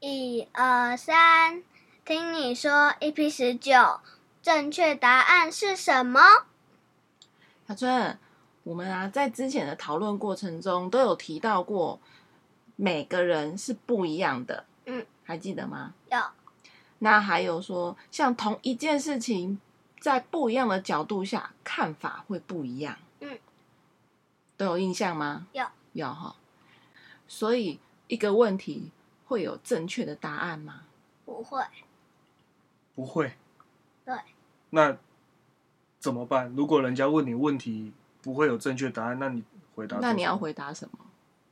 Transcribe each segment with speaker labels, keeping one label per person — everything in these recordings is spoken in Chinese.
Speaker 1: 一二三，听你说 EP 十九，正确答案是什么？
Speaker 2: 小春，我们啊在之前的讨论过程中都有提到过，每个人是不一样的，
Speaker 1: 嗯，
Speaker 2: 还记得吗？
Speaker 1: 有
Speaker 2: 那还有说，像同一件事情，在不一样的角度下，看法会不一样。
Speaker 1: 嗯，
Speaker 2: 都有印象吗？
Speaker 1: 有
Speaker 2: 有哈。所以一个问题会有正确的答案吗？
Speaker 1: 不会，
Speaker 3: 不会。
Speaker 1: 对。
Speaker 3: 那怎么办？如果人家问你问题不会有正确答案，那你回答做什么？
Speaker 2: 那你要回答什 么？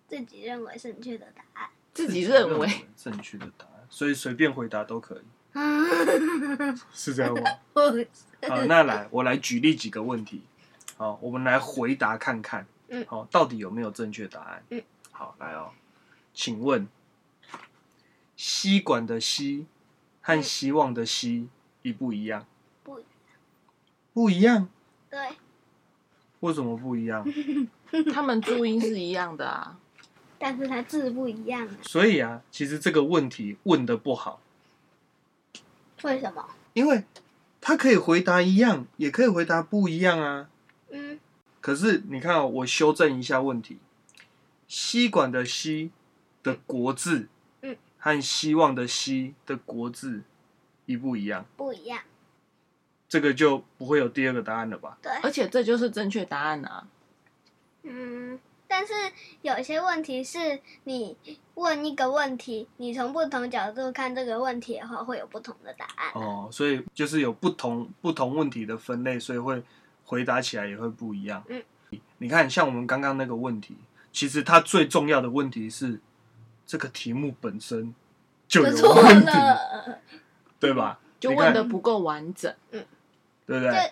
Speaker 1: 自己认为正确的答案。
Speaker 2: 自己认为，
Speaker 3: 正确的答案，所以随便回答都可以， 是这样 吗？
Speaker 1: 我
Speaker 3: 好，那来，我来举例几个问题。好，我们来回答看看。
Speaker 1: 嗯
Speaker 3: 好，到底有没有正确答案？
Speaker 1: 嗯，
Speaker 3: 好，来哦，请问，吸管的吸和
Speaker 1: 嗯
Speaker 3: 希望的希一不一样？
Speaker 1: 不一样，
Speaker 3: 不一样。
Speaker 1: 对，
Speaker 3: 为什么不一样？
Speaker 2: 他们注音是一样的啊。
Speaker 1: 但是它字不一样啊，
Speaker 3: 所以啊，其实这个问题问的不好，
Speaker 1: 为什么？
Speaker 3: 因为他可以回答一样，也可以回答不一样啊。
Speaker 1: 嗯，
Speaker 3: 可是你看、哦，我修正一下问题，吸管的吸的国字，
Speaker 1: 嗯，
Speaker 3: 和希望的希的国字一不一样？
Speaker 1: 不一样，
Speaker 3: 这个就不会有第二个答案了吧？
Speaker 1: 对，
Speaker 2: 而且这就是正确答案啊。
Speaker 1: 嗯。但是有些问题是你问一个问题，你从不同角度看这个问题的话，会有不同的答案。
Speaker 3: 哦，所以就是有不同不同问题的分类，所以会回答起来也会不一样。
Speaker 1: 嗯，
Speaker 3: 你看，像我们刚刚那个问题，其实它最重要的问题是这个题目本身就有
Speaker 1: 错
Speaker 3: 问题，
Speaker 1: 了，
Speaker 3: 对吧？
Speaker 2: 就
Speaker 3: 你看
Speaker 2: 问的不够完整，
Speaker 3: 对不
Speaker 1: 就
Speaker 3: 对？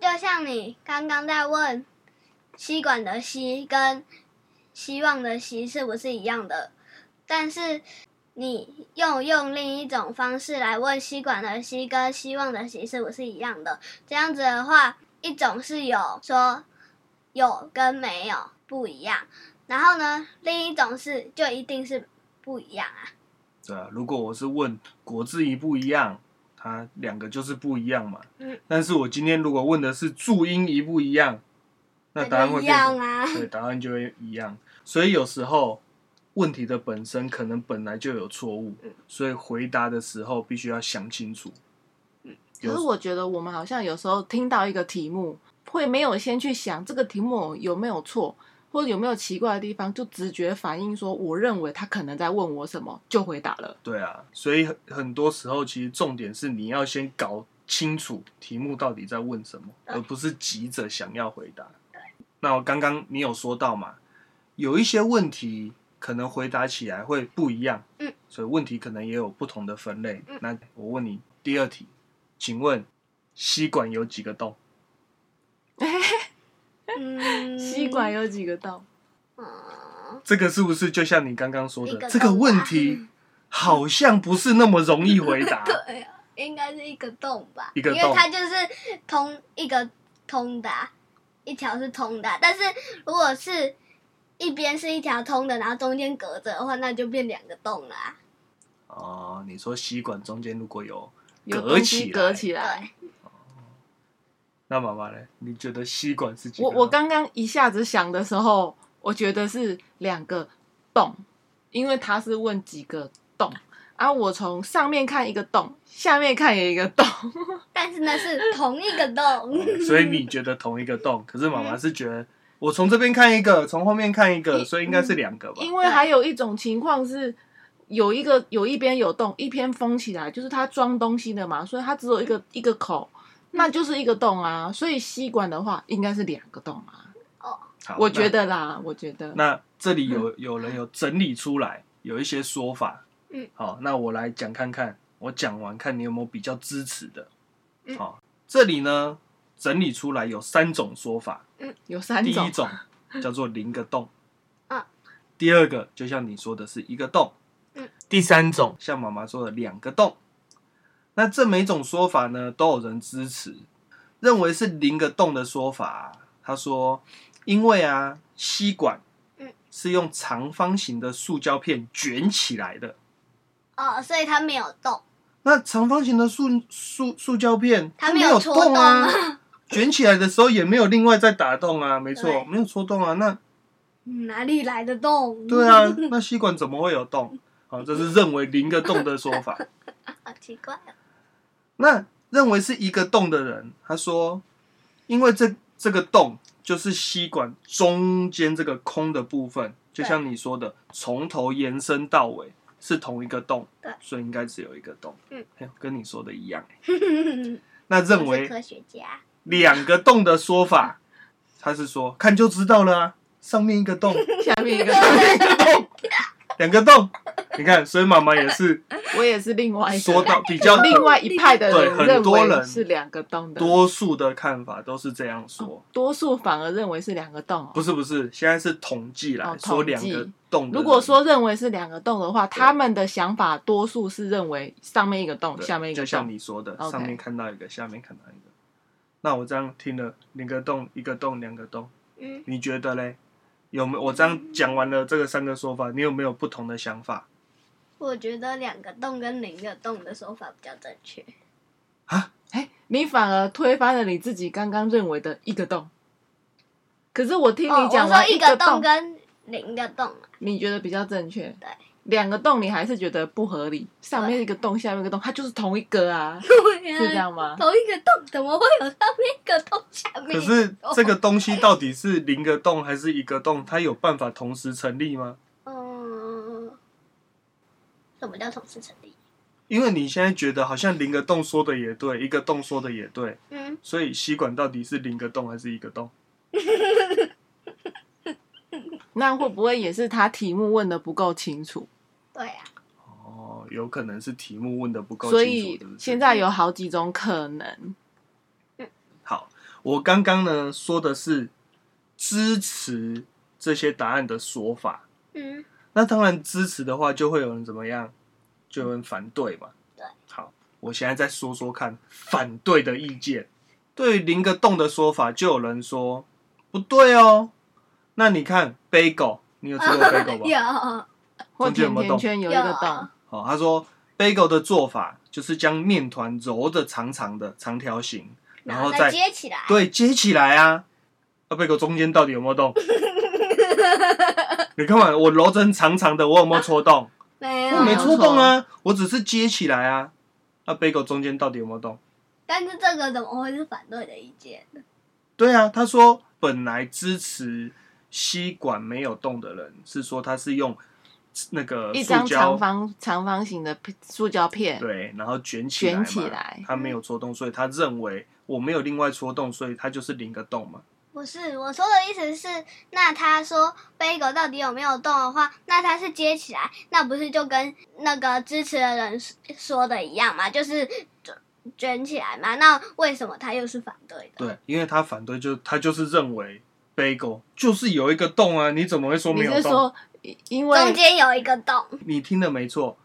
Speaker 1: 就像你刚刚在问吸管的吸跟希望的希是不是一样的，但是你又用另一种方式来问吸管的吸跟希望的希是不是一样的，这样子的话，一种是有说有跟没有不一样，然后呢，另一种是就一定是不一样啊，
Speaker 3: 对啊，如果我是问国字一不一样，它两个就是不一样嘛。
Speaker 1: 嗯。
Speaker 3: 但是我今天如果问的是注音一不一样，那答案
Speaker 1: 就
Speaker 3: 会
Speaker 1: 一
Speaker 3: 变
Speaker 1: 样
Speaker 3: 成
Speaker 1: 啊，
Speaker 3: 对，答案就会一样。所以有时候问题的本身可能本来就有错误，
Speaker 1: 嗯
Speaker 3: 所以回答的时候必须要想清楚。
Speaker 2: 可是我觉得我们好像有时候听到一个题目，会没有先去想这个题目有没有错，或者有没有奇怪的地方，就直觉反应说我认为他可能在问我什么，就回答了。
Speaker 3: 对啊，所以很很多时候其实重点是你要先搞清楚题目到底在问什么，
Speaker 1: 对
Speaker 3: 而不是急着想要回答。那我刚刚你有说到嘛，有一些问题可能回答起来会不一样，
Speaker 1: 嗯，
Speaker 3: 所以问题可能也有不同的分类。
Speaker 1: 嗯
Speaker 3: 那我问你第二题，请问吸管有几个洞？
Speaker 1: 嗯，
Speaker 2: 吸管有几个洞？
Speaker 1: 嗯，
Speaker 3: 这个是不是就像你刚刚说
Speaker 1: 一个洞
Speaker 3: 的
Speaker 1: 啊
Speaker 3: 这个问题，好像不是那么容易回答？
Speaker 1: 对啊，应该是一个洞吧，
Speaker 3: 一个洞
Speaker 1: 因为它就是通一个通的啊、一条是通的啊、但是如果是一边是一条通的，然后中间隔着的话，那就变两个洞啦、
Speaker 3: 哦，你说吸管中间如果有
Speaker 2: 有
Speaker 3: 隔
Speaker 2: 东
Speaker 3: 起
Speaker 2: 西
Speaker 3: 来
Speaker 2: 隔起来。
Speaker 1: 对，
Speaker 3: 那妈妈呢？你觉得吸管是几个
Speaker 2: 我
Speaker 3: 洞？
Speaker 2: 我刚刚一下子想的时候，我觉得是两个洞，因为他是问几个洞，啊，我从上面看一个洞，下面看也一个洞，
Speaker 1: 但是那是同一个洞。
Speaker 3: 哦所以你觉得同一个洞，可是妈
Speaker 1: 嗯
Speaker 3: 妈是觉得我从这边看一个，从后面看一个，
Speaker 2: 一
Speaker 3: 所以应该是两个吧？
Speaker 2: 因为还有一种情况是，有一个有一边有洞，一边封起来，就是它装东西的嘛，所以它只有一个一个口，那就是一个洞啊。所以吸管的话，应该是两个洞啊，
Speaker 3: 好
Speaker 2: 我觉得啦，我觉得
Speaker 3: 那。那这里有有人有整理出来，有一些说法。
Speaker 1: 嗯，
Speaker 3: 好，那我来讲看看，我讲完看你有没有比较支持的。
Speaker 1: 嗯
Speaker 3: 好，这里呢整理出来有三种说法。
Speaker 2: 有三
Speaker 3: 第
Speaker 2: 种
Speaker 3: 一，种叫做零个洞，
Speaker 1: 嗯
Speaker 3: 第二个就像你说的是一个洞，
Speaker 1: 嗯，
Speaker 3: 第三种像妈妈说的两个洞。那这每种说法呢，都有人支持，认为是零个洞的说法啊、他说，因为啊，吸管
Speaker 1: 嗯
Speaker 3: 是用长方形的塑胶片卷起来的，
Speaker 1: 哦，所以它没有动，
Speaker 3: 那长方形的塑塑塑胶片，
Speaker 1: 它
Speaker 3: 没
Speaker 1: 没有戳
Speaker 3: 动啊
Speaker 1: 动，
Speaker 3: 卷起来的时候也没有另外再打洞啊，没错，
Speaker 1: 对
Speaker 3: 没有戳洞啊。那
Speaker 1: 哪里来的 动？
Speaker 3: 对啊，那吸管怎么会有洞？好，这是认为零个洞的说法。
Speaker 1: 好奇怪哦。
Speaker 3: 那认为是一个洞的人，他说，因为这这个洞就是吸管中间这个空的部分，就像你说的，从头延伸到尾是同一个洞，
Speaker 1: 对
Speaker 3: 所以应该只有一个洞。
Speaker 1: 嗯
Speaker 3: 哎呦，跟你说的一样。
Speaker 1: 认
Speaker 3: 那 认为
Speaker 1: 科学家，
Speaker 3: 两个洞的说法，他是说看就知道了啊，上面一个洞，
Speaker 2: 下面一 个，
Speaker 3: 两个洞，你看，所以妈妈也是
Speaker 2: 我也是另外一
Speaker 3: 说
Speaker 2: 个，
Speaker 3: 到 比较
Speaker 2: 另外一派的
Speaker 3: 对
Speaker 2: 人
Speaker 3: 很
Speaker 2: 认
Speaker 3: 多人
Speaker 2: 为是两个洞的，
Speaker 3: 多数的看法都是这样说，
Speaker 2: 多数反而认为是两个洞哦。
Speaker 3: 不是不是，现在是统计来
Speaker 2: 哦
Speaker 3: 说
Speaker 2: 统计
Speaker 3: 两个洞的人。
Speaker 2: 如果说认为是两个洞的话，他们的想法多数是认为上面一个洞，
Speaker 3: 对
Speaker 2: 下面一个
Speaker 3: 就像
Speaker 2: 洞。
Speaker 3: 你说的，
Speaker 2: OK
Speaker 3: 上面看到一个，下面看到一个。那我这样听了两个洞，一个洞，两个洞，
Speaker 1: 嗯，
Speaker 3: 你觉得嘞？有
Speaker 2: 嗯
Speaker 3: 没有我这样讲完了这个三个说法，你有没有不同的想法
Speaker 1: 我觉得两个洞跟零个洞的说法比较正确。
Speaker 2: 哎，你反而推翻了你自己刚刚认为的一个洞。可是我听
Speaker 1: 哦，
Speaker 2: 你
Speaker 1: 我
Speaker 2: 讲
Speaker 1: 说
Speaker 2: 完
Speaker 1: 一
Speaker 2: 个
Speaker 1: 个
Speaker 2: 洞
Speaker 1: 洞，跟零个洞啊，
Speaker 2: 你觉得比较正确。
Speaker 1: 对，
Speaker 2: 两个洞你还是觉得不合理，上面一个洞，下面一个洞，它就是同一个啊，是这样吗？
Speaker 1: 嗯同一个洞怎么会有上面一个洞，下面
Speaker 3: 可
Speaker 1: 一个
Speaker 3: 是
Speaker 1: 洞？
Speaker 2: 哦
Speaker 3: 这个东西到底是零个洞还是一个洞？它有办法同时成立吗？
Speaker 1: 嗯，什么叫同时成立？
Speaker 3: 因为你现在觉得好像零个洞说的也对，一个洞说的也对，
Speaker 1: 嗯，
Speaker 3: 所以吸管到底是零个洞还是一个洞？
Speaker 2: 那会不会也是他题目问的不够清楚？
Speaker 1: 对啊呀、
Speaker 3: 哦，有可能是题目问的不够
Speaker 2: 所
Speaker 3: 清
Speaker 2: 以
Speaker 3: 楚。对不对
Speaker 2: 现在有好几种可能。
Speaker 3: 好，我刚刚呢说的是支持这些答案的说法，
Speaker 1: 嗯，
Speaker 3: 那当然支持的话，就会有人怎么样，就有人反对嘛。
Speaker 1: 对，
Speaker 3: 好，我现在再说说看反对的意见。对于零个洞的说法，就有人说不对哦。那你看 bagel，你有吃过 bagel 吧？
Speaker 1: 哦有，
Speaker 2: 或
Speaker 3: 中间有
Speaker 2: 甜
Speaker 3: 没
Speaker 2: 甜
Speaker 3: 有洞啊
Speaker 2: 圈有一个洞
Speaker 1: 有，
Speaker 3: 好、他说 bagel 的做法就是将面团揉的长长的长条形，然后
Speaker 1: 再
Speaker 3: 再
Speaker 1: 接起来。
Speaker 3: 对接起来啊。啊，bagel 中间到底有没 有洞？你看嘛，我揉成长长的，我有没有戳洞？
Speaker 1: 没
Speaker 3: 我
Speaker 1: 有，
Speaker 3: 没
Speaker 2: 错
Speaker 3: 戳动啊，我只是接起来啊。那 bagel 中间到底有没有动？
Speaker 1: 但是这个怎么会是反对的意见？
Speaker 3: 对啊，他说本来支持吸管没有动的人，是说他是用那个
Speaker 2: 一
Speaker 3: 塑
Speaker 2: 张长
Speaker 3: 胶
Speaker 2: 方长方形的片塑胶片，
Speaker 3: 对，然后卷起来嘛
Speaker 2: 卷起来
Speaker 3: 他没有戳动，所以他认为我没有另外戳动，所以他就是零个洞嘛。
Speaker 1: 不是，我说的意思是，那他说 bagel 到底有没有动的话，那他是接起来，那不是就跟那个支持的人说的一样嘛，就是卷卷起来嘛。那为什么他又是反对的？
Speaker 3: 对，因为他反对就他就是认为 bagel 就是有一个洞啊，你怎么会说没
Speaker 2: 你
Speaker 3: 有
Speaker 2: 是
Speaker 3: 洞？
Speaker 2: 说因为
Speaker 1: 中间有一个洞，
Speaker 3: 你听的没错，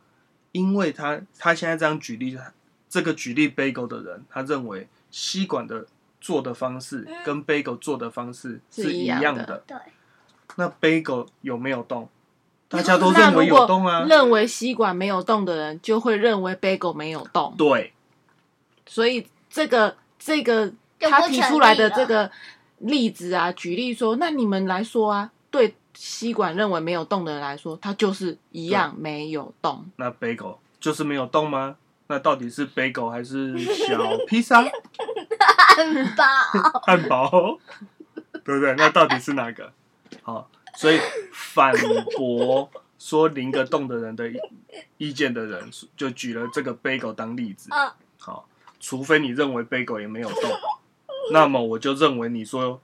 Speaker 3: 因为他他现在这样举例，这个举例 bagel 的人，他认为吸管的做的方式
Speaker 1: 嗯
Speaker 3: 跟 bagel 做的方式
Speaker 2: 是
Speaker 3: 一
Speaker 2: 一
Speaker 3: 样
Speaker 2: 样
Speaker 3: 的。
Speaker 2: 的
Speaker 1: 对，
Speaker 3: 那 bagel 有没有动？大家都认为
Speaker 2: 那如果
Speaker 3: 有动啊。
Speaker 2: 认为吸管没有动的人就会认为 bagel 没有动，
Speaker 3: 对，
Speaker 2: 所以这个这个
Speaker 1: 就不
Speaker 2: 他提出来的
Speaker 1: 成立
Speaker 2: 这
Speaker 1: 了
Speaker 2: 个例子啊，举例说，那你们来说啊，对吸管认为没有动的人来说，它就是一样没有动。
Speaker 3: 那 bagel 就是没有动吗？那到底是 bagel 还是 小披
Speaker 2: 哎
Speaker 3: 萨、
Speaker 1: 汉 堡
Speaker 3: 汉堡？对不对？那到底是哪个？好，所以反驳说零个洞的人的意意见的人，就举了这个 bagel 当例子。
Speaker 1: 嗯，
Speaker 3: 好，除非你认为 bagel 也没有动，那么我就认为你说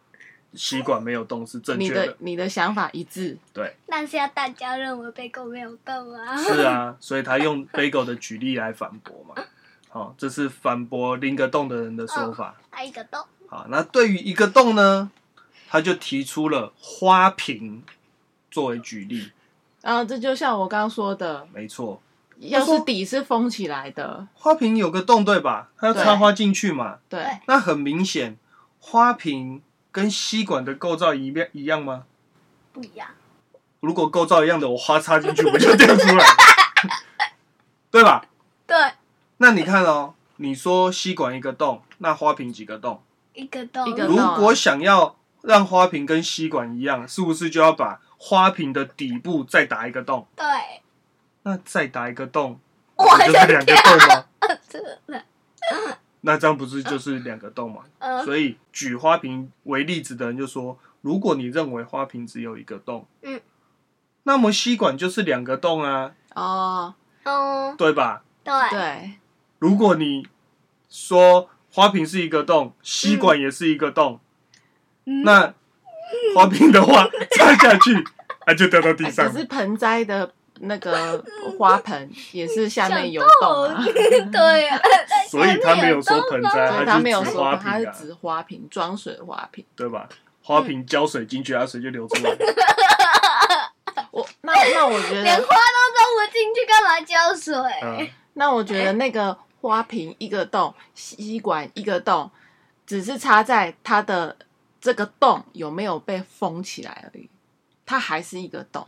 Speaker 3: 吸管没有动是正
Speaker 2: 你
Speaker 3: 确
Speaker 2: 的
Speaker 3: 的。
Speaker 2: 你的想法一致，
Speaker 3: 对，
Speaker 1: 但是要大家认为 bagel 没有动啊。
Speaker 3: 是啊，所以他用 bagel 的举例来反驳嘛。好，这是反驳零个洞的人的说法。
Speaker 1: 还有一个洞，
Speaker 3: 好，那对于一个洞呢，他就提出了花瓶作为举例，
Speaker 2: 然啊后这就像我刚刚说的，
Speaker 3: 没错，
Speaker 2: 要是底是封起来的，
Speaker 3: 花瓶有个洞对吧？它要
Speaker 2: 对
Speaker 3: 插花进去嘛。
Speaker 2: 对，
Speaker 1: 对
Speaker 3: 那很明显，花瓶跟吸管的构造一样一样吗？
Speaker 1: 不一样。
Speaker 3: 如果构造一样的，我花插进去不就掉出来？ 对吧？
Speaker 1: 对，
Speaker 3: 那你看哦，你说吸管一个洞，那花瓶几个洞？
Speaker 1: 一个洞，
Speaker 2: 一个
Speaker 3: 如
Speaker 2: 洞
Speaker 3: 果想要让花瓶跟吸管一样，是不是就要把花瓶的底部再打一个洞？
Speaker 1: 对，
Speaker 3: 那再打一 个洞，
Speaker 1: 我
Speaker 3: 不就是两个洞吗？
Speaker 1: 呃真的，
Speaker 3: 那这样不是就是两个洞吗？
Speaker 1: 嗯
Speaker 3: 所以举花瓶为例子的人就说，如果你认为花瓶只有一个洞，
Speaker 1: 嗯，
Speaker 3: 那么吸管就是两个洞啊，
Speaker 2: 哦，
Speaker 1: 嗯，
Speaker 3: 对吧？
Speaker 1: 对，
Speaker 2: 对，
Speaker 3: 如果你说花瓶是一个洞，吸管也是一个洞，
Speaker 1: 嗯
Speaker 3: 那花瓶的话插下去，啊，就掉到地
Speaker 2: 嗯哎
Speaker 3: 上
Speaker 2: 可
Speaker 3: 了
Speaker 2: 是。盆栽的那个花盆也是下面有洞
Speaker 1: 哦
Speaker 2: 啊，，
Speaker 1: 对啊，
Speaker 3: 所以他没有说盆栽，
Speaker 2: 所以
Speaker 3: 他
Speaker 2: 没有
Speaker 3: 指
Speaker 2: 说
Speaker 3: 花
Speaker 2: 它
Speaker 3: 瓶
Speaker 2: 是
Speaker 3: 啊，
Speaker 2: 指嗯花瓶装水花瓶。
Speaker 3: 对吧？花瓶浇水进去，啊，水就流出来了。
Speaker 2: 我那那我觉
Speaker 1: 连
Speaker 2: 得
Speaker 1: 花都装不进去，干嘛浇水？
Speaker 3: 嗯，
Speaker 2: 那我觉得那个花瓶一个洞，吸管一个洞，只是插在它的这个洞有没有被封起来而已，它还是一个洞，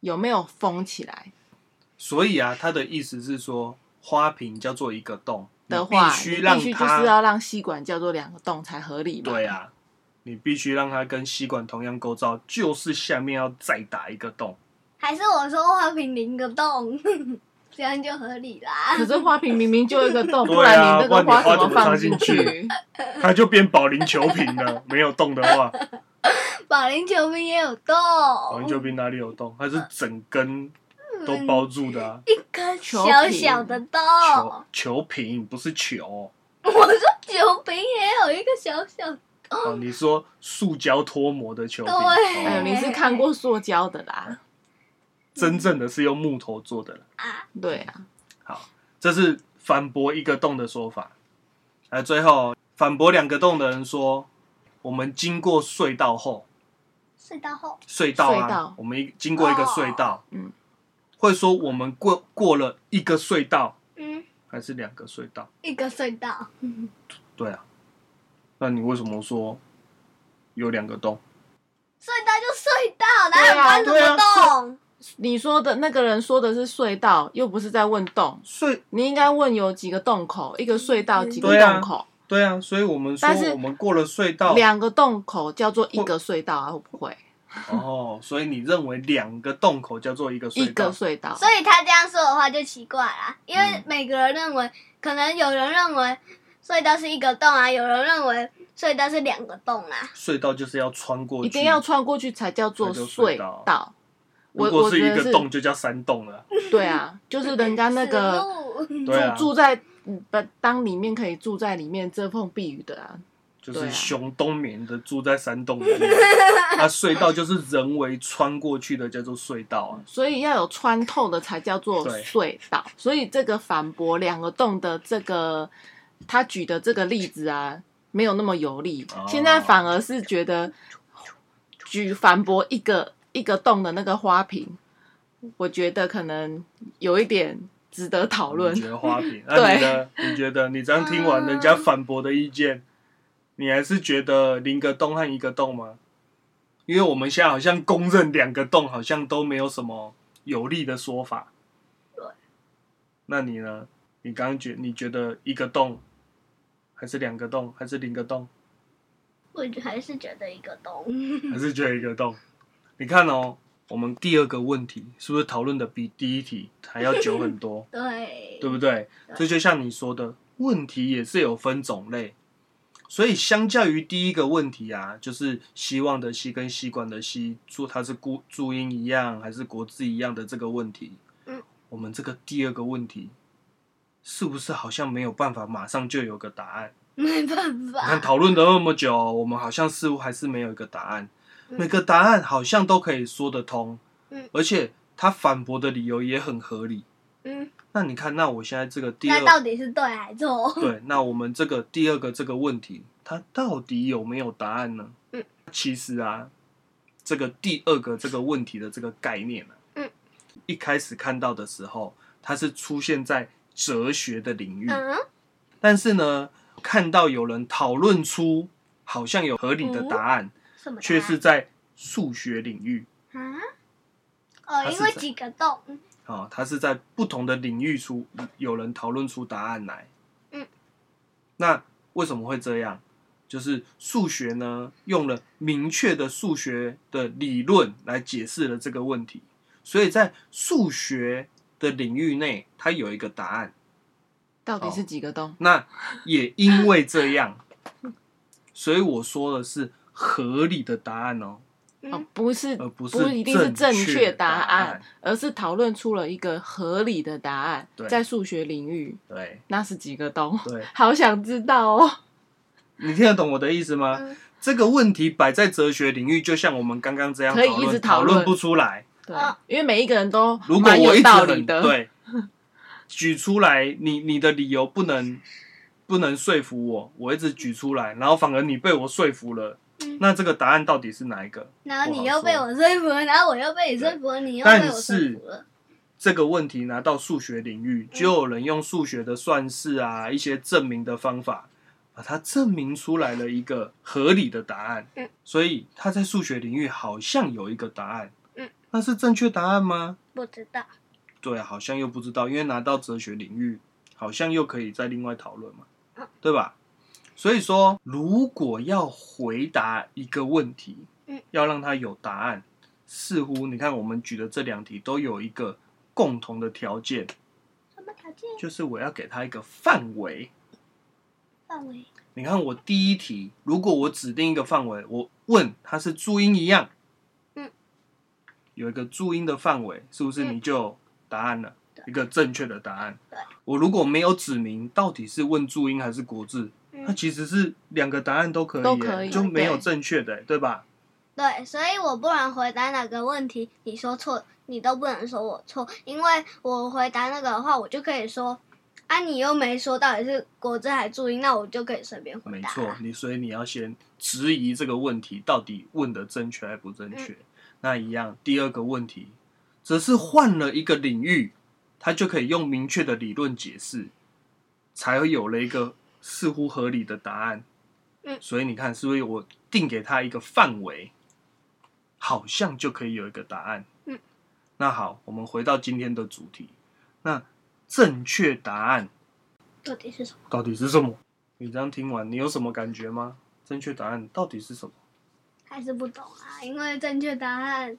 Speaker 2: 有没有封起来？
Speaker 3: 所以啊，他的意思是说，花瓶叫做一个洞
Speaker 2: 的
Speaker 3: 你
Speaker 2: 话，
Speaker 3: 必须
Speaker 2: 你
Speaker 3: 让
Speaker 2: 必须就是
Speaker 3: 它
Speaker 2: 要让吸管叫做两个洞才合理嘛。
Speaker 3: 对啊，你必须让它跟吸管同样构造，就是下面要再打一个洞。
Speaker 1: 还是我说花瓶零个洞， 这样就合理啦。
Speaker 2: 可是花瓶明明就一个 洞，
Speaker 3: 对啊
Speaker 2: 不然你那个
Speaker 3: 不然你花
Speaker 2: 怎么
Speaker 3: 怎么插
Speaker 2: 放
Speaker 3: 进
Speaker 2: 去？
Speaker 3: 它就变保龄球瓶 了。没有洞的话，
Speaker 2: 哦
Speaker 1: 保龄球瓶也有洞，
Speaker 3: 保龄球瓶哪里有洞？它是整根都包住的
Speaker 2: 嗯
Speaker 3: 啊。
Speaker 1: 一颗小小的洞。
Speaker 2: 哦
Speaker 3: 球球瓶不是球
Speaker 1: 我说球瓶也有一个小小的，
Speaker 3: 哦，你说塑胶脱模的球瓶，
Speaker 1: 对
Speaker 2: 哎呦，
Speaker 3: 哦
Speaker 2: 你是看过塑胶的啦？
Speaker 3: 真正的是用木头做的了。
Speaker 2: 对啊，
Speaker 3: 这是反驳一个洞的说法。呃，最后反驳两个洞的人说，我们经过隧道后，
Speaker 1: 隧道后
Speaker 3: 隧道啊，
Speaker 2: 隧道
Speaker 3: 我们一经过一个隧道，
Speaker 2: 嗯，
Speaker 3: 会说我们过过了一个隧道
Speaker 1: 嗯，
Speaker 3: 还是两个隧道？
Speaker 1: 一个隧道，嗯
Speaker 3: 对啊，那你为什么说有两个洞？
Speaker 1: 隧道就隧道，哪
Speaker 3: 啊
Speaker 1: 有关什么洞？
Speaker 2: 你说的那个人说的是隧道，又不是在问洞。
Speaker 3: 隧
Speaker 2: 你应该问有几个洞口，一个隧道几个
Speaker 3: 对啊哦
Speaker 2: 洞口，
Speaker 3: 对啊，所以我们说
Speaker 2: 但是
Speaker 3: 我们过了隧道，
Speaker 2: 两个洞口叫做一个隧道啊，会不会？
Speaker 3: 哦，所以你认为两个洞口叫做一个
Speaker 2: 一
Speaker 3: 隧道
Speaker 2: 个？隧道，
Speaker 1: 所以他这样说的话就奇怪啦，因
Speaker 3: 嗯
Speaker 1: 为每个人认为，可能有人认为隧道是一个洞啊，有人认为隧道是两个洞啊。
Speaker 3: 隧道就是要穿过去，
Speaker 2: 一定要穿过去才叫做
Speaker 3: 才
Speaker 2: 隧
Speaker 3: 叫隧
Speaker 2: 道。我
Speaker 3: 如果
Speaker 2: 我
Speaker 3: 是
Speaker 2: 觉
Speaker 3: 一
Speaker 2: 得
Speaker 3: 个
Speaker 2: 是，
Speaker 3: 洞就叫山洞了。
Speaker 2: 对啊，就是人家那个
Speaker 1: 死路
Speaker 2: 住、
Speaker 3: 对啊，
Speaker 2: 住在嗯不当里面可以住在里面遮风避雨的啊，
Speaker 3: 就是熊冬眠的住在山洞里 面，啊，隧道就是人为穿过去的叫做隧道啊。
Speaker 2: 所以要有穿透的才叫做
Speaker 3: 对
Speaker 2: 隧道。所以这个反驳两个洞的这个他举的这个例子啊，没有那么有力。
Speaker 3: 哦
Speaker 2: 现在反而是觉得举反驳一个一个洞的那个花瓶，我觉得可能有一点值得讨论
Speaker 3: 你。觉得花 瓶？那、
Speaker 2: 对
Speaker 3: 你呢？你觉得你这样听完人家反驳的意见，你还是觉得零个洞和一个洞吗？因为我们现在好像公认两个洞好像都没有什么有力的说法。
Speaker 1: 对。
Speaker 3: 那你呢？你刚刚觉你觉得一个洞，还是两个洞，还是零个洞？
Speaker 1: 我还是觉得一个洞。，
Speaker 3: 还是觉得一个洞。你看哦，我们第二个问题是不是讨论的比第一题还要久很多
Speaker 1: 对，
Speaker 3: 对不对？这就像你说的，问题也是有分种类，所以相较于第一个问题啊，就是希望的希跟吸管的吸，注它是孤注音一样还是国字一样的这个问题，
Speaker 1: 嗯，
Speaker 3: 我们这个第二个问题。是不是好像没有办法马上就有个答案？
Speaker 1: 没办
Speaker 3: 你看
Speaker 1: 法，
Speaker 3: 讨论了那么久，我们好像似乎还是没有一个答案。
Speaker 1: 嗯
Speaker 3: 每个答案好像都可以说得通，
Speaker 1: 嗯
Speaker 3: 而且他反驳的理由也很合理。
Speaker 1: 嗯，
Speaker 3: 那你看，那我现在这个第
Speaker 1: 那到
Speaker 3: 二，
Speaker 1: 底是对还是错？
Speaker 3: 对，那我们这个第二个这个问题，它到底有没有答案呢？
Speaker 1: 嗯，
Speaker 3: 其实啊，这个第二个这个问题的这个概念啊，
Speaker 1: 嗯，
Speaker 3: 一开始看到的时候，它是出现在哲学的领域，
Speaker 1: 嗯，
Speaker 3: 但是呢，看到有人讨论出好像有合理的答案，
Speaker 1: 什么答案？
Speaker 3: 却是在数学领域。
Speaker 1: 啊？哦，因为几个洞，
Speaker 3: 啊、它是在不同的领域出有人讨论出答案来。
Speaker 1: 嗯，
Speaker 3: 那为什么会这样？就是数学呢，用了明确的数学的理论来解释了这个问题，所以在数学的领域内，它有一个答案。
Speaker 2: 到底
Speaker 3: 哦
Speaker 2: 是几个洞？
Speaker 3: 那也因为这样，所以我说的是合理的答案哦，
Speaker 1: 嗯
Speaker 2: 哦，不是，
Speaker 3: 而呃
Speaker 2: 不
Speaker 3: 不是
Speaker 2: 一定是正确
Speaker 3: 确
Speaker 2: 答案
Speaker 3: 案。，
Speaker 2: 而是讨论出了一个合理的答案
Speaker 3: 对，
Speaker 2: 在数学领域，
Speaker 3: 对
Speaker 2: 那是几个洞？
Speaker 3: 对，
Speaker 2: 好想知道哦。
Speaker 3: 你听得懂我的意思吗？
Speaker 1: 嗯
Speaker 3: 这个问题摆在哲学领域，就像我们刚刚这样
Speaker 2: 可以一直
Speaker 3: 讨
Speaker 2: 讨
Speaker 3: 论
Speaker 2: 论
Speaker 3: 不出来。
Speaker 2: 对
Speaker 1: 啊，
Speaker 2: 因为每一个人都
Speaker 3: 如果
Speaker 2: 蛮
Speaker 3: 我
Speaker 2: 有
Speaker 3: 一直
Speaker 2: 道
Speaker 3: 很
Speaker 2: 理的，
Speaker 3: 对，举出来，你你的理由不能不能说服我，我一直举出来，然后反而你被我说服了，
Speaker 1: 嗯
Speaker 3: 那这个答案到底是哪一个？
Speaker 1: 然后你
Speaker 3: 不好
Speaker 1: 又被
Speaker 3: 说
Speaker 1: 我说服了，然后我又被你说服了，你又被
Speaker 3: 但
Speaker 1: 我说
Speaker 3: 是
Speaker 1: 服了。
Speaker 3: 这个问题拿到数学领域，就有人用数学的算式啊，一些证明的方法，把它证明出来了一个合理的答案
Speaker 1: 嗯。
Speaker 3: 所以他在数学领域好像有一个答案
Speaker 1: 嗯，
Speaker 3: 那是正确答案吗？
Speaker 1: 不知道，
Speaker 3: 对，啊好像又不知道，因为拿到哲学领域，好像又可以再另外讨论嘛
Speaker 1: 嗯，
Speaker 3: 对吧？所以说，如果要回答一个问题，
Speaker 1: 嗯
Speaker 3: 要让它有答案，似乎你看我们举的这两题都有一个共同的条件，
Speaker 1: 什么条件
Speaker 3: 就是我要给它一个范围。
Speaker 1: 范围？
Speaker 3: 你看我第一题，如果我指定一个范围，我问它是注音一样，
Speaker 1: 嗯，
Speaker 3: 有一个注音的范围，是不是
Speaker 1: 嗯
Speaker 3: 你就有答案了？
Speaker 1: 对
Speaker 3: 一个正确的答案
Speaker 1: 对。
Speaker 3: 我如果没有指明到底是问注音还是国字，它
Speaker 1: 嗯，
Speaker 3: 其实是两个答案都可以耶，
Speaker 2: 都可以
Speaker 3: 就没有
Speaker 2: 对
Speaker 3: 正确的耶，对吧？
Speaker 1: 对，所以我不然回答哪个问题，你说错，你都不能说我错，因为我回答那个的话，我就可以说，啊，你又没说到底是国字还注音，那我就可以随便回
Speaker 3: 没
Speaker 1: 答。
Speaker 3: 错，，你所以你要先质疑这个问题到底问的正确还不正
Speaker 1: 嗯
Speaker 3: 确。那一样，第二个问题则是换了一个领域，它就可以用明确的理论解释，才会有了一个似乎合理的答案。
Speaker 1: 嗯
Speaker 3: 所以你看，是不是我定给他一个范围，好像就可以有一个答案？
Speaker 1: 嗯，
Speaker 3: 那好，我们回到今天的主题，那正确答案
Speaker 1: 到底是什么？
Speaker 3: 到底是什么？你这样听完，你有什么感觉吗？正确答案到底是什么？
Speaker 1: 还是不懂啊？因为正确答案，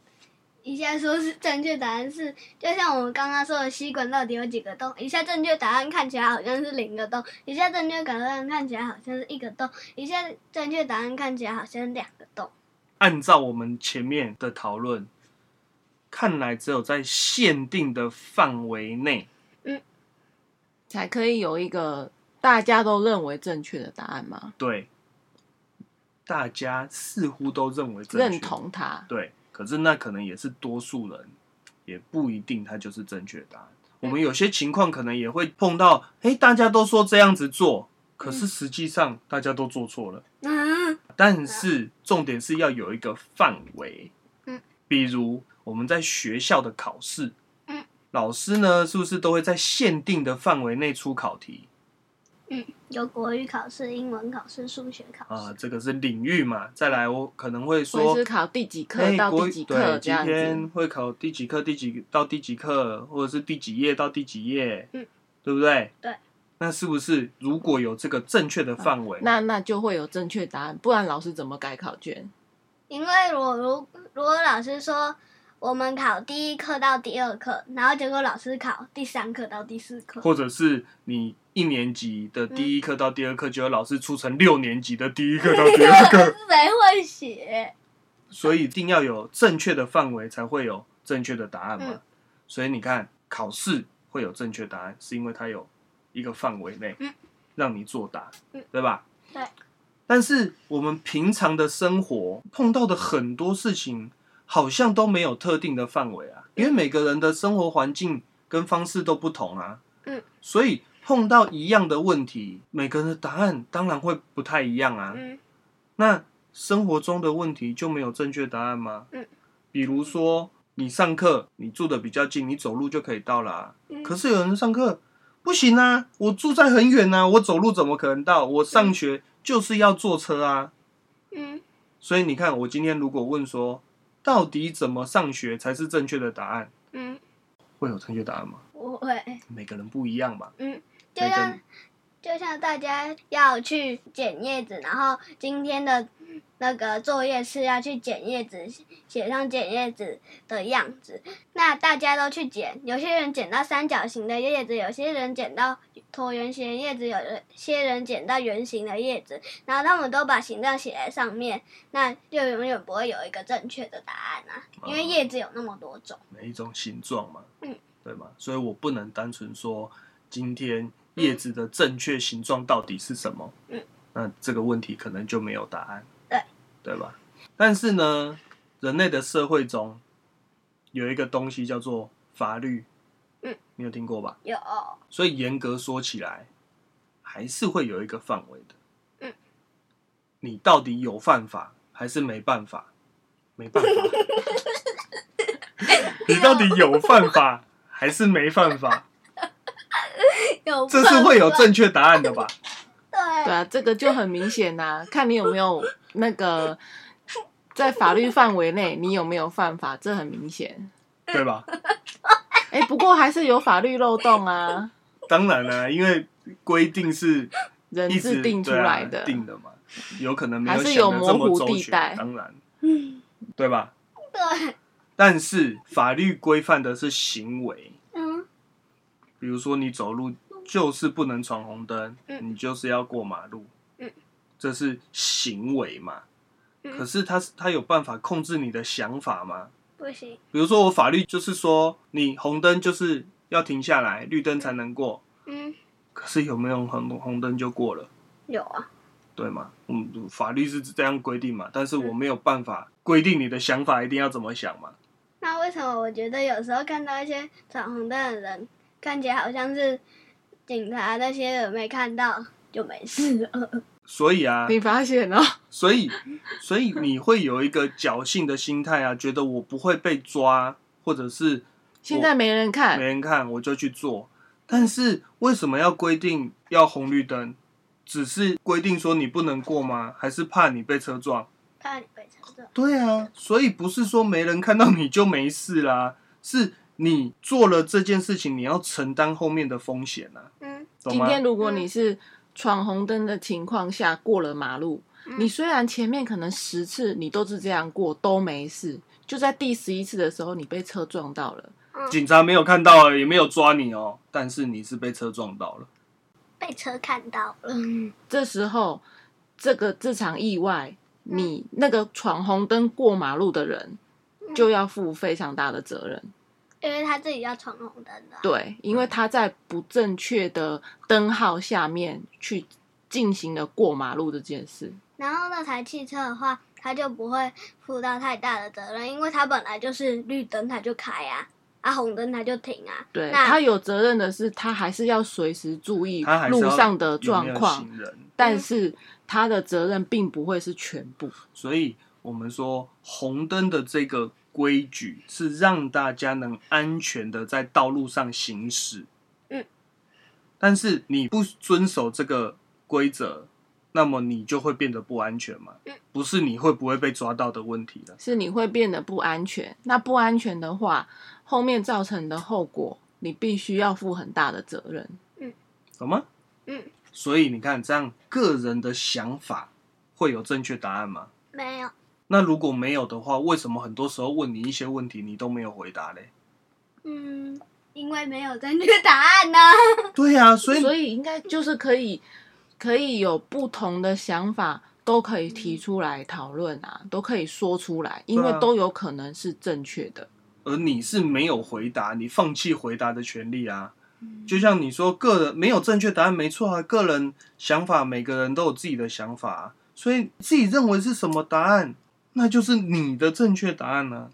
Speaker 1: 一下说是正确答案是，就像我们刚刚说的，吸管到底有几个洞？一下正确答案看起来好像是零个洞，一下正确答案看起来好像是一个洞，一下正确答案看起来好像是两个洞。
Speaker 3: 按照我们前面的讨论，看来只有在限定的范围内，
Speaker 2: 才可以有一个大家都认为正确的答案嘛，
Speaker 3: 对大家似乎都认为正确
Speaker 2: 认，同它。
Speaker 3: 对。可是那可能也是多数人，也不一定它就是正确答案。
Speaker 2: 嗯
Speaker 3: 我们有些情况可能也会碰到，诶，大家都说这样子做，可
Speaker 2: 嗯
Speaker 3: 是实际上大家都做错了。
Speaker 1: 嗯，
Speaker 3: 但是重点是要有一个范围，
Speaker 1: 嗯，
Speaker 3: 比如我们在学校的考试，
Speaker 1: 嗯，
Speaker 3: 老师呢是不是都会在限定的范围内出考题
Speaker 1: 有国语考试、英文考试、数学考
Speaker 3: 啊、
Speaker 1: 试。
Speaker 3: 这个是领域嘛。再来，我可能会
Speaker 2: 我
Speaker 3: 说
Speaker 2: 是，考第几课
Speaker 3: 哎
Speaker 2: 到
Speaker 3: 国
Speaker 2: 第
Speaker 3: 语
Speaker 2: 几
Speaker 3: 对
Speaker 2: 课这
Speaker 3: 今
Speaker 2: 样
Speaker 3: 天
Speaker 2: 子，
Speaker 3: 会考第几课，第几到第几课，或者是第几页到第几页，
Speaker 1: 嗯，
Speaker 3: 对不对？
Speaker 1: 对。
Speaker 3: 那是不是如果有这个正确的范围，
Speaker 2: 那那就会有正确答案，不然老师怎么改考卷？
Speaker 1: 因为我如如果老师说我们考第一课到第二课，然后结果老师考第三课到第四课，
Speaker 3: 或者是你一年级的第一课到第二课，就有老师出成六年级的第一课到第 二课，
Speaker 1: 谁会写？
Speaker 3: 所以一定要有正确的范围，才会有正确的答案嘛。
Speaker 1: 嗯
Speaker 3: 所以你看，考试会有正确答案，是因为它有一个范围内
Speaker 1: 嗯
Speaker 3: 让你作答，
Speaker 1: 嗯
Speaker 3: 对吧？
Speaker 1: 对。
Speaker 3: 但是我们平常的生活碰到的很多事情，好像都没有特定的范围啊，
Speaker 1: 嗯
Speaker 3: 因为每个人的生活环境跟方式都不同啊。
Speaker 1: 嗯。
Speaker 3: 所以碰到一样的问题，每个人的答案当然会不太一样啊。
Speaker 1: 嗯
Speaker 3: 那生活中的问题就没有正确答案吗？
Speaker 1: 嗯，
Speaker 3: 比如说你上课，你住的比较近，你走路就可以到啦、
Speaker 1: 嗯
Speaker 3: 可是有人上课不行啊，我住在很远啊，我走路怎么可能到？我上学就是要坐车啊。
Speaker 1: 嗯
Speaker 3: 所以你看，我今天如果问说，到底怎么上学才是正确的答案？
Speaker 1: 嗯
Speaker 3: 会有正确答案吗？
Speaker 1: 我会，
Speaker 3: 每个人不一样嘛。
Speaker 1: 就
Speaker 3: 每个
Speaker 1: 像就像大家要去捡叶子，然后今天的那个作业是要去捡叶子，写上捡叶子的样子。那大家都去捡，有些人捡到三角形的叶子，有些人捡到椭圆形的叶子，有些人捡到圆形的叶子，然后他们都把形状写在上面，那就永远不会有一个正确的答案啊，因
Speaker 3: 嗯哦
Speaker 1: 为叶子有那么多种。
Speaker 3: 每一种形状嘛，
Speaker 1: 嗯，
Speaker 3: 对吗？所以我不能单纯说今天叶子的正确形状到底是什么，
Speaker 1: 嗯，
Speaker 3: 那这个问题可能就没有答案，
Speaker 1: 对，
Speaker 3: 对吧？但是呢，人类的社会中有一个东西叫做法律，
Speaker 1: 嗯，
Speaker 3: 你有听过吧？
Speaker 1: 有，
Speaker 3: 所以严格说起来，还是会有一个范围的，
Speaker 1: 嗯，
Speaker 3: 你到底有犯法还是没办法？没办法。你到底有犯法还是没犯法？
Speaker 1: 有
Speaker 3: 这是会有
Speaker 1: 办
Speaker 3: 正确答案的吧？
Speaker 1: 法
Speaker 2: 对啊，这个就很明显呐、 看你有没有那个在法律范围内，你有没有犯法，这很明显。
Speaker 3: 对吧？
Speaker 2: 哎、不过还是有法律漏洞啊，
Speaker 3: 当然啦、因为规定是
Speaker 2: 人
Speaker 3: 一
Speaker 2: 制
Speaker 3: 直
Speaker 2: 定出
Speaker 3: 对啊
Speaker 2: 来的。
Speaker 3: 定的嘛，有可能没
Speaker 2: 还
Speaker 3: 想
Speaker 2: 是有
Speaker 3: 的这
Speaker 2: 模糊
Speaker 3: 么周
Speaker 2: 地带
Speaker 3: 全，当然，对吧？
Speaker 1: 对对，
Speaker 3: 但是法律规范的是行为，
Speaker 1: 嗯
Speaker 3: 比如说你走路就是不能闯红灯，
Speaker 1: 嗯
Speaker 3: 你就是要过马路，
Speaker 1: 嗯
Speaker 3: 这是行为嘛？
Speaker 1: 嗯
Speaker 3: 可是他他有办法控制你的想法吗？
Speaker 1: 不行，
Speaker 3: 比如说我法律就是说，你红灯就是要停下来，绿灯才能过。
Speaker 1: 嗯
Speaker 3: 可是有没有红红灯就过了，
Speaker 1: 有啊。
Speaker 3: 对吗？嗯，法律是这样规定嘛，但是
Speaker 1: 嗯
Speaker 3: 我没有办法规定你的想法一定要怎么想嘛。
Speaker 1: 那为什么我觉得有时候看到一些闯红灯的人，看起来好像是警察那些人没看到就没事了？
Speaker 3: 所以啊，
Speaker 2: 你发现哦，
Speaker 3: 所以，所以你会有一个侥幸的心态啊，觉得我不会被抓，或者是
Speaker 2: 现在没人
Speaker 3: 没
Speaker 2: 看，
Speaker 3: 人看我就去做。但是为什么要规定要红绿灯？只是规定说你不能过吗？还是怕你被车撞？
Speaker 1: 怕你被查到。
Speaker 3: 对啊，所以不是说没人看到你就没事啦，是你做了这件事情，你要承担后面的风险啊，
Speaker 1: 嗯
Speaker 3: 懂
Speaker 2: 今
Speaker 3: 吗？
Speaker 2: 天如果你是闯红灯的情况下过了马路，
Speaker 1: 嗯
Speaker 2: 你虽然前面可能十次你都是这样过都没事，就在第十一次的时候你被车撞到了，
Speaker 1: 嗯，
Speaker 3: 警察没有看到，也没有抓你哦，但是你是被车撞到了，
Speaker 1: 被车看到了。
Speaker 2: 这时候这个这场意外，你那个闯红灯过马路的人
Speaker 1: 嗯
Speaker 2: 就要负非常大的责任。
Speaker 1: 因为他自己要闯红灯的。啊
Speaker 2: 对，因为他在不正确的灯号下面去进行了过马路这件事。
Speaker 1: 然后那台汽车的话，他就不会负到太大的责任，因为他本来就是绿灯他就开啊，啊红灯他就停啊。
Speaker 2: 对
Speaker 1: 那
Speaker 2: 他有责任的是，他还是要随时注意
Speaker 3: 他还是
Speaker 2: 路
Speaker 3: 要
Speaker 2: 上的
Speaker 3: 有没
Speaker 2: 状
Speaker 3: 有
Speaker 2: 况，
Speaker 3: 行人，
Speaker 2: 但是他的责任并不会是全部。
Speaker 3: 所以我们说红灯的这个规矩是让大家能安全的在道路上行驶。
Speaker 1: 嗯，
Speaker 3: 但是你不遵守这个规则，那么你就会变得不安全嘛
Speaker 1: 嗯？
Speaker 3: 不是你会不会被抓到的问题了。
Speaker 2: 是你会变得不安全。那不安全的话，后面造成的后果，你必须要负很大的责任。
Speaker 3: 懂吗？
Speaker 1: 嗯，
Speaker 3: 所以你看，这样个人的想法会有正确答案吗？
Speaker 1: 没有，
Speaker 3: 那如果没有的话，为什么很多时候问你一些问题，你都没有回答嘞？
Speaker 1: 嗯，因为没有正确答案呢、嗯
Speaker 3: 对呀、啊，所以
Speaker 2: 所以应该就是可以，可以有不同的想法，都可以提出来讨论啊，都可以说出来，因为
Speaker 3: 对啊
Speaker 2: 都有可能是正确的。
Speaker 3: 而你是没有回答，你放弃回答的权利啊。就像你说，个人没有正确答案，没错啊。个人想法，每个人都有自己的想法、啊，所以自己认为是什么答案，那就是你的正确答案呢、啊。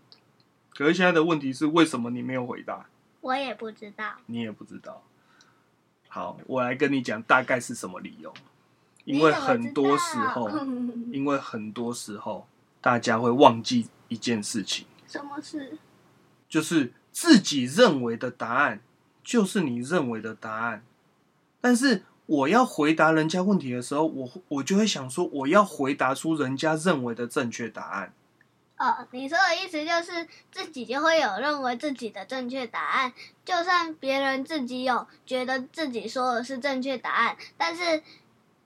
Speaker 3: 可是现在的问题是，为什么你没有回答？
Speaker 1: 我也不知道。
Speaker 3: 你也不知道。好，我来跟你讲大概是什么理由，因
Speaker 1: 你
Speaker 3: 为
Speaker 1: 怎么
Speaker 3: 很
Speaker 1: 知
Speaker 3: 多时
Speaker 1: 道
Speaker 3: 候，因为很多时候大家会忘记一件事情。
Speaker 1: 什么事？
Speaker 3: 就是自己认为的答案就是你认为的答案，但是我要回答人家问题的时候，我我就会想说，我要回答出人家认为的正确答案，
Speaker 1: 哦，你说的意思就是自己就会有认为自己的正确答案，就算别人自己有觉得自己说的是正确答案，但是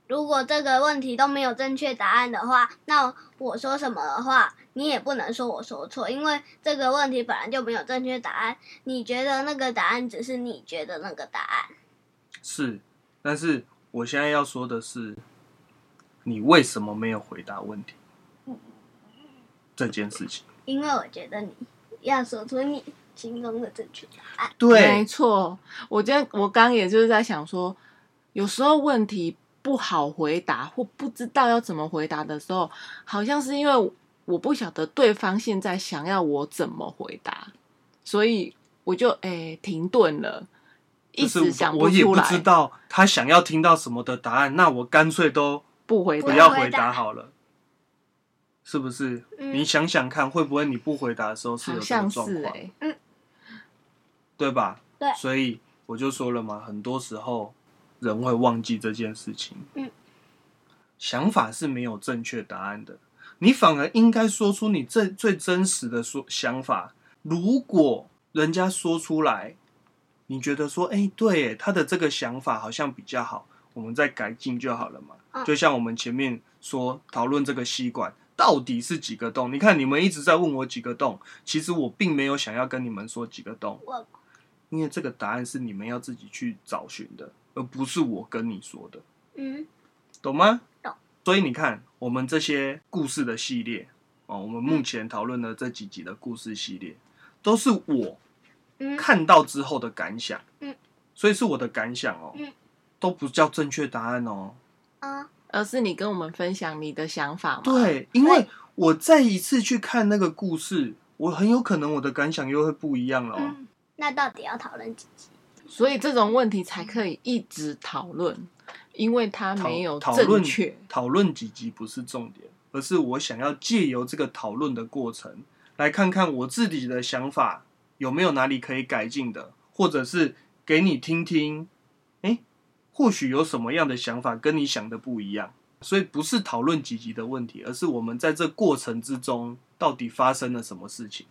Speaker 1: 如果这个问题都没有正确答案的话，那我说什么的话，你也不能说我说错，因为这个问题本来就没有正确答案，你觉得那个答案只是你觉得那个答案。
Speaker 3: 是，但是我现在要说的是，你为什么没有回答问题这件事情？
Speaker 1: 因为我觉得你要说出你心中的正确答案。
Speaker 2: 没，错。我今天我刚也就是在想说，有时候问题不好回答或不知道要怎么回答的时候，好像是因为我不晓得对方现在想要我怎么回答，所以我就诶、停顿了，一
Speaker 3: 就是
Speaker 2: 时想
Speaker 3: 我也
Speaker 2: 出
Speaker 3: 不知
Speaker 2: 来，
Speaker 3: 道他想要听到什么的答案，那我干脆都
Speaker 2: 不回
Speaker 1: 不
Speaker 3: 不
Speaker 2: 答。
Speaker 3: 要
Speaker 1: 回
Speaker 3: 回答
Speaker 1: 答
Speaker 3: 好了，是不是？
Speaker 1: 嗯
Speaker 3: 你想想看，会不会你不回答的时候是
Speaker 2: 好
Speaker 3: 有这
Speaker 2: 像
Speaker 3: 个
Speaker 2: 是
Speaker 3: 状
Speaker 2: 哎、
Speaker 3: 况，对吧？
Speaker 1: 对
Speaker 3: 所以我就说了嘛，很多时候人会忘记这件事情。
Speaker 1: 嗯，
Speaker 3: 想法是没有正确答案的，你反而应该说出你最最真实的说想法。如果人家说出来，你觉得说，哎、对耶，他的这个想法好像比较好，我们再改进就好了嘛。
Speaker 1: 嗯
Speaker 3: 就像我们前面说讨论这个吸管。到底是几个洞？你看，你们一直在问我几个洞，其实我并没有想要跟你们说几个洞，
Speaker 1: 我
Speaker 3: 因为这个答案是你们要自己去找寻的，而不是我跟你说的，
Speaker 1: 嗯
Speaker 3: 懂吗？
Speaker 1: 懂。
Speaker 3: 所以你看，我们这些故事的系列哦，我们
Speaker 1: 嗯
Speaker 3: 目前讨论的这几集的故事系列，都是我
Speaker 1: 嗯
Speaker 3: 看到之后的感想，
Speaker 1: 嗯，
Speaker 3: 所以是我的感想哦，
Speaker 1: 嗯
Speaker 3: 都不叫正确答案哦，
Speaker 1: 啊
Speaker 2: 而是你跟我们分享你的想法
Speaker 1: 哦
Speaker 2: 嘛？，
Speaker 3: 对，因为我再一次去看那个故事，我很有可能我的感想又会不一样了、哦。
Speaker 1: 嗯，那到底要讨论几集？
Speaker 2: 所以这种问题才可以一直讨论，因为它
Speaker 3: 讨
Speaker 2: 没有
Speaker 3: 讨论
Speaker 2: 正确。
Speaker 3: 讨论几集不是重点，而是我想要借由这个讨论的过程，来看看我自己的想法有没有哪里可以改进的，或者是给你听听，诶、或许有什么样的想法跟你想的不一样。所以不是讨论几集的问题，而是我们在这过程之中到底发生了什么事情。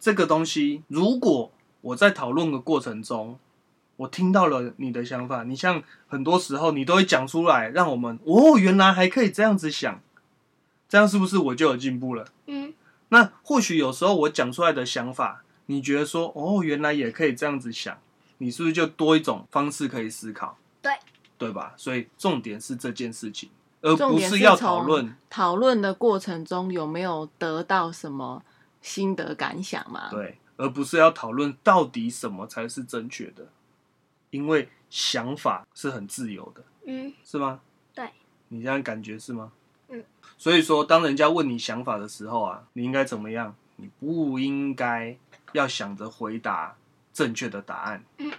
Speaker 3: 这个东西，如果我在讨论的过程中，我听到了你的想法，你像很多时候你都会讲出来，让我们哦，原来还可以这样子想，这样是不是我就有进步了？
Speaker 1: 嗯
Speaker 3: 那或许有时候我讲出来的想法，你觉得说哦，原来也可以这样子想，你是不是就多一种方式可以思考？
Speaker 1: 对，
Speaker 3: 对吧？所以重点是这件事情，而
Speaker 2: 重
Speaker 3: 不
Speaker 2: 点
Speaker 3: 是
Speaker 2: 是
Speaker 3: 要
Speaker 2: 从嗯
Speaker 3: 讨论。
Speaker 2: 讨论的过程中有没有得到什么心得感想嘛？
Speaker 3: 对，而不是要讨论到底什么才是正确的，因为想法是很自由的，
Speaker 1: 嗯
Speaker 3: 是吗？
Speaker 1: 对，
Speaker 3: 你这样感觉是吗？
Speaker 1: 嗯。
Speaker 3: 所以说，当人家问你想法的时候啊，你应该怎么样？你不应该要想着回答正确的答案，
Speaker 1: 嗯，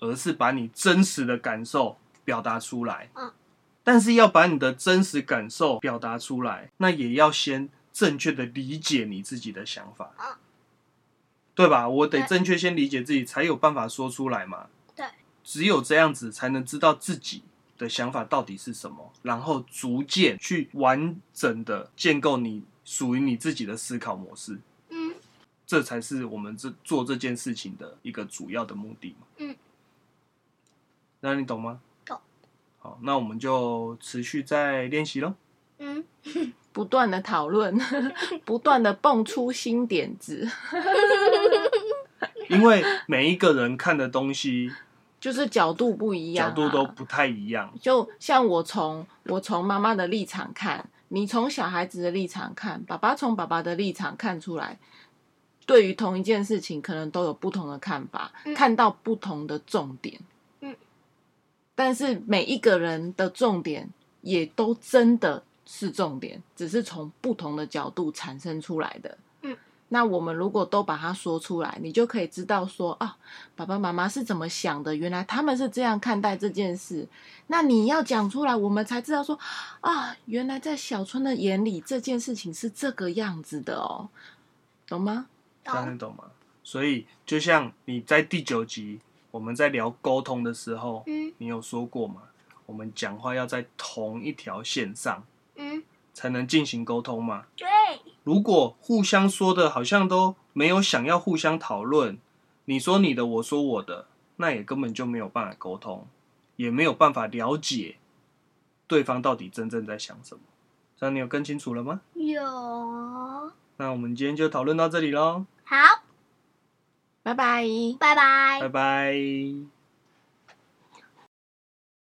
Speaker 3: 而是把你真实的感受表达出来。
Speaker 1: 嗯。
Speaker 3: 但是要把你的真实感受表达出来，那也要先正确的理解你自己的想法。对吧？我得
Speaker 1: 嗯对
Speaker 3: 正确先理解自己，才有办法说出来嘛。
Speaker 1: 对，
Speaker 3: 只有这样子才能知道自己的想法到底是什么，然后逐渐去完整的建构你属于你自己的思考模式，
Speaker 1: 嗯
Speaker 3: 这才是我们这做这件事情的一个主要的目的嘛。
Speaker 1: 嗯，
Speaker 3: 那你懂吗？
Speaker 1: 懂。
Speaker 3: 好，那我们就持续再练习喽。
Speaker 1: 嗯，
Speaker 2: 不断的讨论， 不断的蹦出新点子，
Speaker 1: 嗯
Speaker 3: 因为每一个人看的东西
Speaker 2: 就是角度不一样、啊
Speaker 3: 角度都。不太一样，
Speaker 2: 就像我从我从妈妈的立场看，你从小孩子的立场看，爸爸从爸爸的立场看出来，对于同一件事情，可能都有不同的看法，
Speaker 1: 嗯
Speaker 2: 看到不同的重点。
Speaker 1: 嗯，
Speaker 2: 但是每一个人的重点也都真的是重点，只是从不同的角度产生出来的。
Speaker 1: 嗯，
Speaker 2: 那我们如果都把它说出来，你就可以知道说啊，爸爸妈妈是怎么想的，原来他们是这样看待这件事。那你要讲出来，我们才知道说啊，原来在小春的眼里这件事情是这个样子的哦，懂吗？
Speaker 3: 这样
Speaker 1: 懂
Speaker 3: 你懂吗？所以就像你在第九集我们在聊沟通的时候，
Speaker 1: 嗯
Speaker 3: 你有说过嘛？我们讲话要在同一条线上
Speaker 1: 嗯，
Speaker 3: 才能进行沟通嘛？
Speaker 1: 对，
Speaker 3: 如果互相说的好像都没有想要互相讨论，你说你的，我说我的，那也根本就没有办法沟通，也没有办法了解对方到底真正在想什么。这样你有更清楚了吗？
Speaker 1: 有
Speaker 3: 那我们今天就讨论到这里喽，
Speaker 1: 好，
Speaker 2: 拜拜。
Speaker 1: 拜拜
Speaker 3: 拜拜。